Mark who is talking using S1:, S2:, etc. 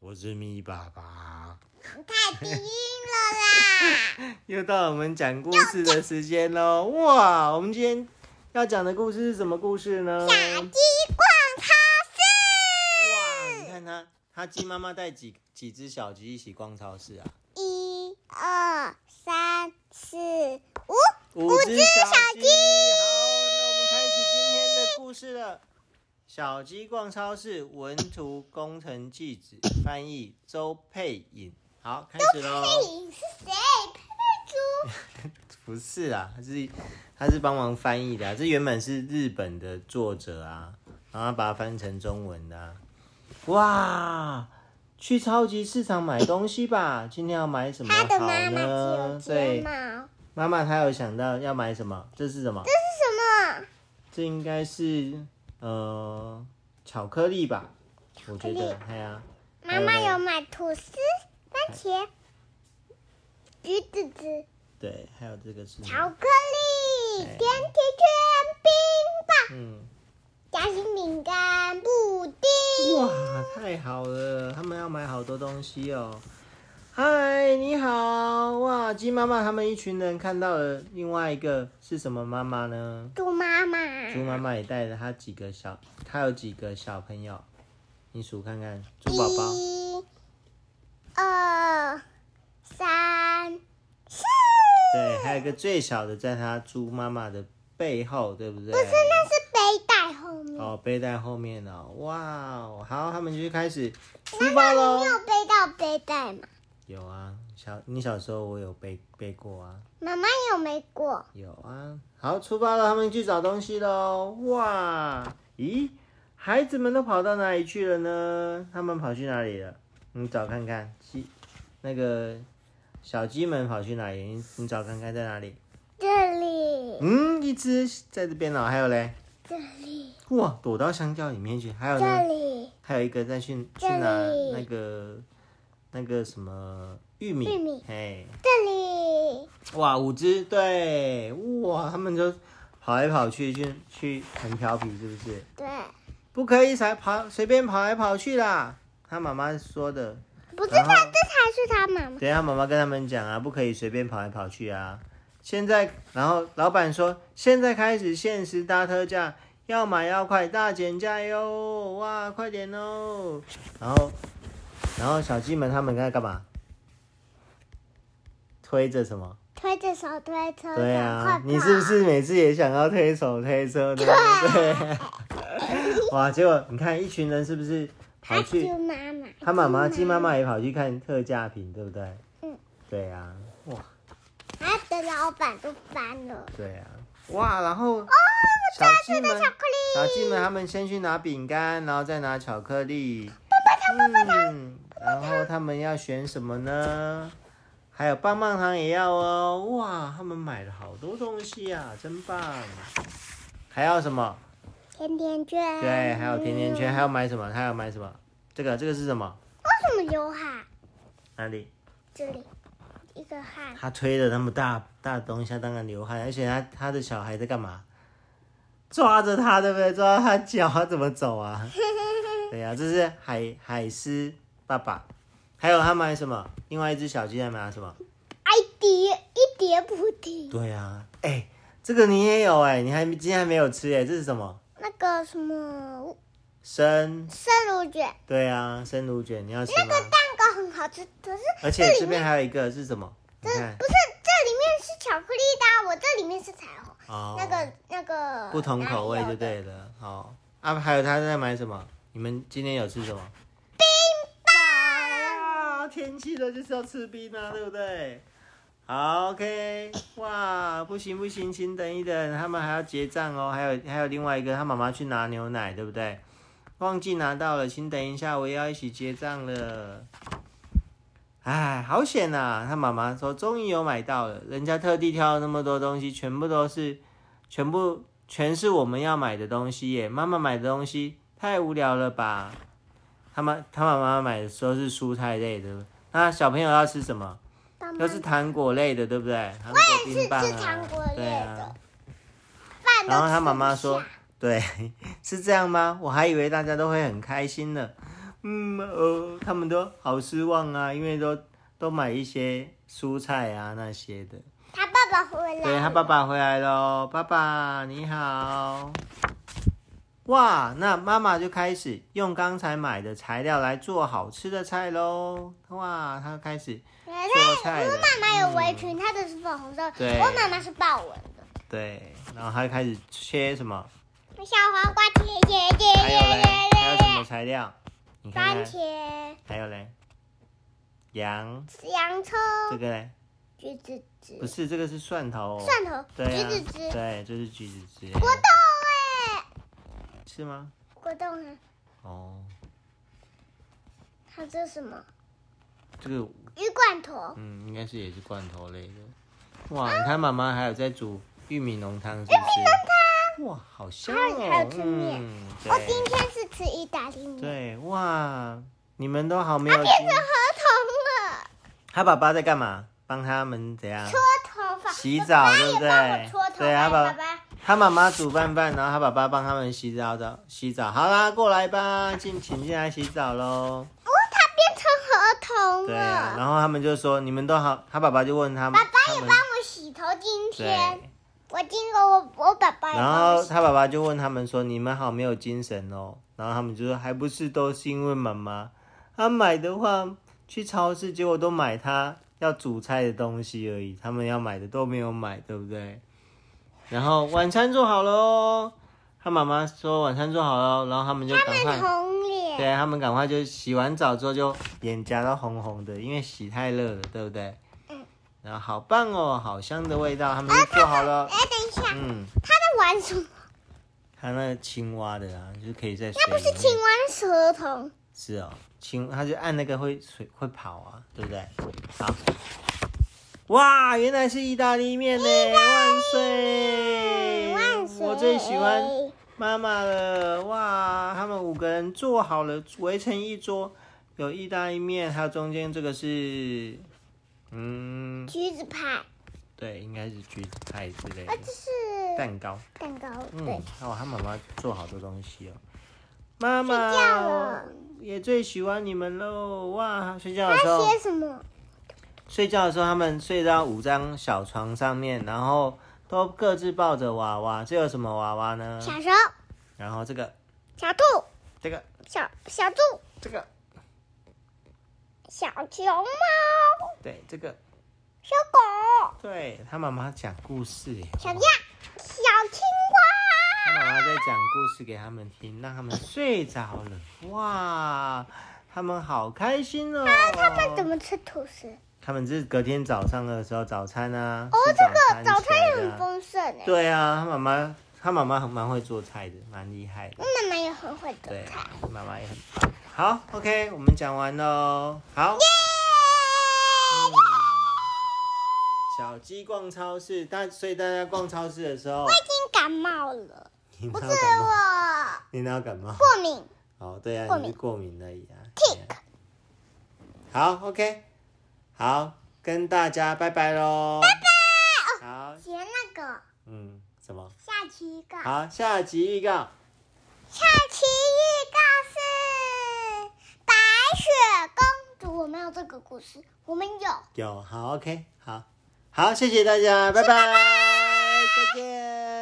S1: 我是米爸爸。
S2: 太低音了啦！
S1: 又到了我们讲故事的时间喽！哇，我们今天要讲的故事是什么故事呢？
S2: 小鸡逛超
S1: 哇，你
S2: 市，
S1: 看他，他鸡妈妈带几几只小鸡一起逛超市啊？
S2: 一二三四五，
S1: 五只小鸡。好，那我们开始今天的故事了。小鸡逛超市，文图工藤纪子，翻译周佩颖。好，开始喽。
S2: 你是谁？佩佩猪，
S1: 不是啊，他是他是帮忙翻译的、啊，这原本是日本的作者啊，然后他把它翻成中文的、啊。哇，去超级市场买东西吧，今天要买什么
S2: 他的妈
S1: 好
S2: 妈只有
S1: 呢？
S2: 睫
S1: 对，
S2: 毛，
S1: 妈妈她有想到要买什么，这是什么？
S2: 这是什么？
S1: 这应该是呃巧克力吧，我觉
S2: 巧克
S1: 得
S2: 力，
S1: 哎呀、
S2: 妈妈有买吐司、番茄、橘子汁、
S1: 对，还有这个是，
S2: 巧克力、
S1: 哎
S2: 甜甜圈、冰棒、
S1: 嗯，
S2: 夹心饼干、布丁。
S1: 哇，太好了！他们要买好多东西哦。嗨，你好！哇，鸡妈妈他们一群人看到了另外一个是什么妈妈呢？
S2: 猪妈妈，
S1: 猪妈妈也带了她几个小，她有几个小朋友？你数看看，猪宝宝。
S2: 一、二、三、四。
S1: 对，还有一个最小的在她猪妈妈的背后，对不对？不是
S2: 那是背带后面，
S1: 哦，背带后面哦。哇哦，好，他们就开始出
S2: 妈
S1: 发
S2: 妈
S1: 喽
S2: 你。有背到背带吗？
S1: 有啊，小你小时候我有背背过啊。
S2: 妈妈有没过？
S1: 有啊，好，出发了，他们去找东西喽！哇，咦，孩子们都跑到哪里去了呢？他们跑去哪里了？你找看看，鸡，那个小鸡们跑去哪里？你你找看看在哪里？
S2: 这里，
S1: 嗯，一只在这边哦，还有嘞，
S2: 这里，
S1: 哇，躲到香蕉里面去，还有
S2: 这
S1: 呢，
S2: 里，
S1: 还有一个在去去
S2: 这里
S1: 拿那个那个什么玉米，
S2: 玉米
S1: 嘿，
S2: 这里，
S1: 哇，五只对，哇，他们就跑来跑去，去去很调皮，是不是？
S2: 对。
S1: 不可以才跑，随便跑来跑去啦。他妈妈说的，
S2: 不是
S1: 然后
S2: 他，这才是他妈妈。
S1: 等一下妈妈跟他们讲啊，不可以随便跑来跑去啊。现在，然后老板说，现在开始限时大特价，要买要快，大减价哟！哇，快点哦！然后，然后小鸡们他们在干嘛？推着什么？
S2: 推着手推车，
S1: 对
S2: 快
S1: 啊
S2: 跑，
S1: 你是不？是每次也想要推手推车呢？对， 哇，结果你看一群人是不是跑
S2: 他
S1: 去
S2: 哎就妈妈，
S1: 他妈妈鸡妈妈也跑去看特价品，对不对？
S2: 嗯，
S1: 对啊，哇，
S2: 他的老板都翻了。
S1: 对啊，哇，然后
S2: 哦
S1: 小鸡们
S2: 巧克力，
S1: 小鸡们他们先去拿饼干，然后再拿巧克力，棒棒糖，棒棒糖，然后他们要选什么呢？还有棒棒糖也要哦，哇，他们买了好多东西啊，真棒！还要什么？
S2: 甜甜圈，
S1: 对，还有甜甜圈，还要买什么？还要买什么？这个这个是什么？
S2: 为什么有海？
S1: 哪里？
S2: 这里一个汉，
S1: 他推了那么大大的东西，他当然流汗，而且他他的小孩在干嘛？抓着他，对不对？抓着他脚，他怎么走 啊？对呀、这是海海狮爸爸，还有他买什么？另外一只小鸡还买了什么？
S2: 哎碟一碟不停。
S1: 对呀、哎、这个你也有哎、你还今天还没有吃哎、这是什么？
S2: 那个什么
S1: 生
S2: 生乳卷，
S1: 对啊，生乳卷你要吃
S2: 那
S1: 吗
S2: 个？蛋糕很好吃，可是
S1: 而且这边还有一个是什么？你
S2: 这
S1: 看
S2: 不是这里面是巧克力的啊，我这里面是彩虹。
S1: 哦，
S2: 那个那个
S1: 不同口味
S2: 哪里
S1: 就
S2: 有的
S1: 对了。好啊，还有他在买什么？你们今天有吃什么？哇，天气热就是要吃冰啊，对不对？好，OK，哇，不行不行，请等一等，他们还要结账哦。还有还有另外一个，他妈妈去拿牛奶，对不对？忘记拿到了，请等一下，我也要一起结账了。哎，好险呐、他妈妈说终于有买到了，人家特地挑了那么多东西，全部都是，全部全是我们要买的东西耶。妈妈买的东西太无聊了吧？他妈他妈妈买的都是蔬菜类的，那小朋友要吃什么？
S2: 棒棒
S1: 都是糖果类的，对不对？糖果冰棒
S2: 吃糖果
S1: 啊，
S2: 类
S1: 对啊
S2: 的。饭都
S1: 然后
S2: 吃
S1: 他妈
S2: 不
S1: 妈
S2: 下
S1: 说：“对，是这样吗？我还以为大家都会很开心呢。”嗯呃，他们都好失望啊，因为都都买一些蔬菜啊那些的。
S2: 他爸爸回来，
S1: 对他爸，爸回来喽，爸爸你好。哇，那妈妈就开始用刚才买的材料来做好吃的菜喽。哇，她开始做菜
S2: 因
S1: 了
S2: 为妈妈有围裙，她的是粉红色，
S1: 对
S2: 我妈妈是豹纹的。
S1: 对，然后她开始切什么？
S2: 小黄瓜切切切
S1: 还有嘞，还有
S2: 切切
S1: 什么
S2: 切，
S1: 材料？你看
S2: 番
S1: 看，
S2: 茄、
S1: 还有嘞，羊
S2: 洋葱、
S1: 这个嘞，
S2: 橘子
S1: 不
S2: 汁、
S1: 是这个是蒜头、哦，
S2: 蒜头、
S1: 对
S2: 橘
S1: 啊
S2: 子汁、
S1: 对，这是橘子汁，
S2: 果冻哎，
S1: 是吗？
S2: 果冻啊，
S1: 哦，
S2: 还有这是什么？
S1: 这个
S2: 鱼罐头，
S1: 嗯，应该是也是罐头类的。哇，你看妈妈还有在煮玉米浓汤，是不是？玉米浓汤。哇，好香
S2: 还有还有
S1: 哦！
S2: 吃面
S1: 嗯，
S2: 我哦今
S1: 对
S2: 天是吃意大利面，
S1: 对，哇，你们都好没有
S2: 变
S1: 经。
S2: 成河童了。
S1: 他爸爸在干嘛？帮他们怎样
S2: 搓？头发，
S1: 洗
S2: 爸
S1: 澡
S2: 爸
S1: 对不
S2: 也
S1: 对
S2: 帮我搓头
S1: 对啊
S2: 发，
S1: 爸
S2: 爸爸。
S1: 他妈妈煮饭饭，然后他爸爸帮他们洗澡澡洗澡。好啦，过来吧，进请进来洗澡喽。
S2: 哦，他变成河童
S1: 对啊，
S2: 了。
S1: 然后他们就说你们都好，他爸爸就问他们，
S2: 爸爸
S1: 他
S2: 也
S1: 们
S2: 帮我洗头，今
S1: 对
S2: 天。我经过我我爸爸也
S1: 然
S2: 帮我
S1: 后
S2: 洗。
S1: 他爸爸就问他们说：“你们好没有精神哦。”然后他们就说：“还不是都是因为妈妈，她买的话去超市，结果都买她要煮菜的东西而已，他们要买的都没有买，对不对？”然后晚餐做好喽，他妈妈说晚餐做好喽，然后他们就赶
S2: 他们
S1: 快，
S2: 同脸，
S1: 对他们赶快就洗完澡之后就脸颊都红红的，因为洗太热了，对不对？
S2: 嗯。
S1: 然后好棒哦，好香的味道，他们就做好了，
S2: 哎，等一下，
S1: 嗯。
S2: 他在玩什么？
S1: 它那个青蛙的啊，就是可以在水
S2: 那不是
S1: 里面
S2: 青蛙，那是河童。
S1: 是哦，青它就按那个会水会跑啊，对不对？好，哇，原来是意大利面呢！万岁！
S2: 万岁！
S1: 我最喜欢妈妈了，哇，他们五个人坐好了，围成一桌，有意大利面，还有中间这个是，嗯，
S2: 橘子派，
S1: 对，应该是橘子派之类的
S2: 啊，这是
S1: 蛋糕。
S2: 蛋糕，
S1: 嗯
S2: 对，，
S1: 哦，他妈妈做好多东西哦。妈
S2: 睡觉了
S1: 妈也最喜欢你们喽！哇，睡觉的时
S2: 他
S1: 候，
S2: 写什么？
S1: 睡觉的时候，他们睡到五张小床上面，然后都各自抱着娃娃。这有什么娃娃呢？
S2: 小蛇、
S1: 然后这个、
S2: 小兔、
S1: 这个、
S2: 小小猪、
S1: 这个，
S2: 小熊猫、
S1: 对，这个，
S2: 小狗。
S1: 对他妈妈讲故事耶，
S2: 小鸭、小青蛙，
S1: 他妈妈在讲故事给他们听，让他们睡着了。哇，他们好开心哦！
S2: 啊他们怎么吃吐司？
S1: 他们是隔天早上的时候早餐啊，
S2: 哦
S1: 吃，
S2: 这个早
S1: 起
S2: 餐
S1: 来
S2: 也
S1: 的啊
S2: 很丰盛哎。
S1: 对啊，他妈妈，他妈妈很蛮会做菜的，蛮厉害的。
S2: 那妈妈也很会做
S1: 对啊
S2: 菜。，
S1: 妈妈也很棒。好，OK，我们讲完喽。好，
S2: 哎
S1: 嗯小鸡逛超市，大所以大家逛超市的时候，
S2: 我已经感冒了，
S1: 你
S2: 不
S1: 哪
S2: 是
S1: 有感冒？
S2: 我
S1: 你哪有感冒？
S2: 过敏。
S1: 哦，对啊，
S2: 过
S1: 你
S2: 敏
S1: 是过敏而已啊。
S2: Tick
S1: 对啊好，OK，好，跟大家拜拜喽。拜拜。好，
S2: 学那个
S1: 嗯，什么？
S2: 下期预告，
S1: 好，下集预告。
S2: 下期预告是白雪公主。我没有这个故事，我们有。
S1: 有好，OK，好，好，谢谢大家，拜拜，再见。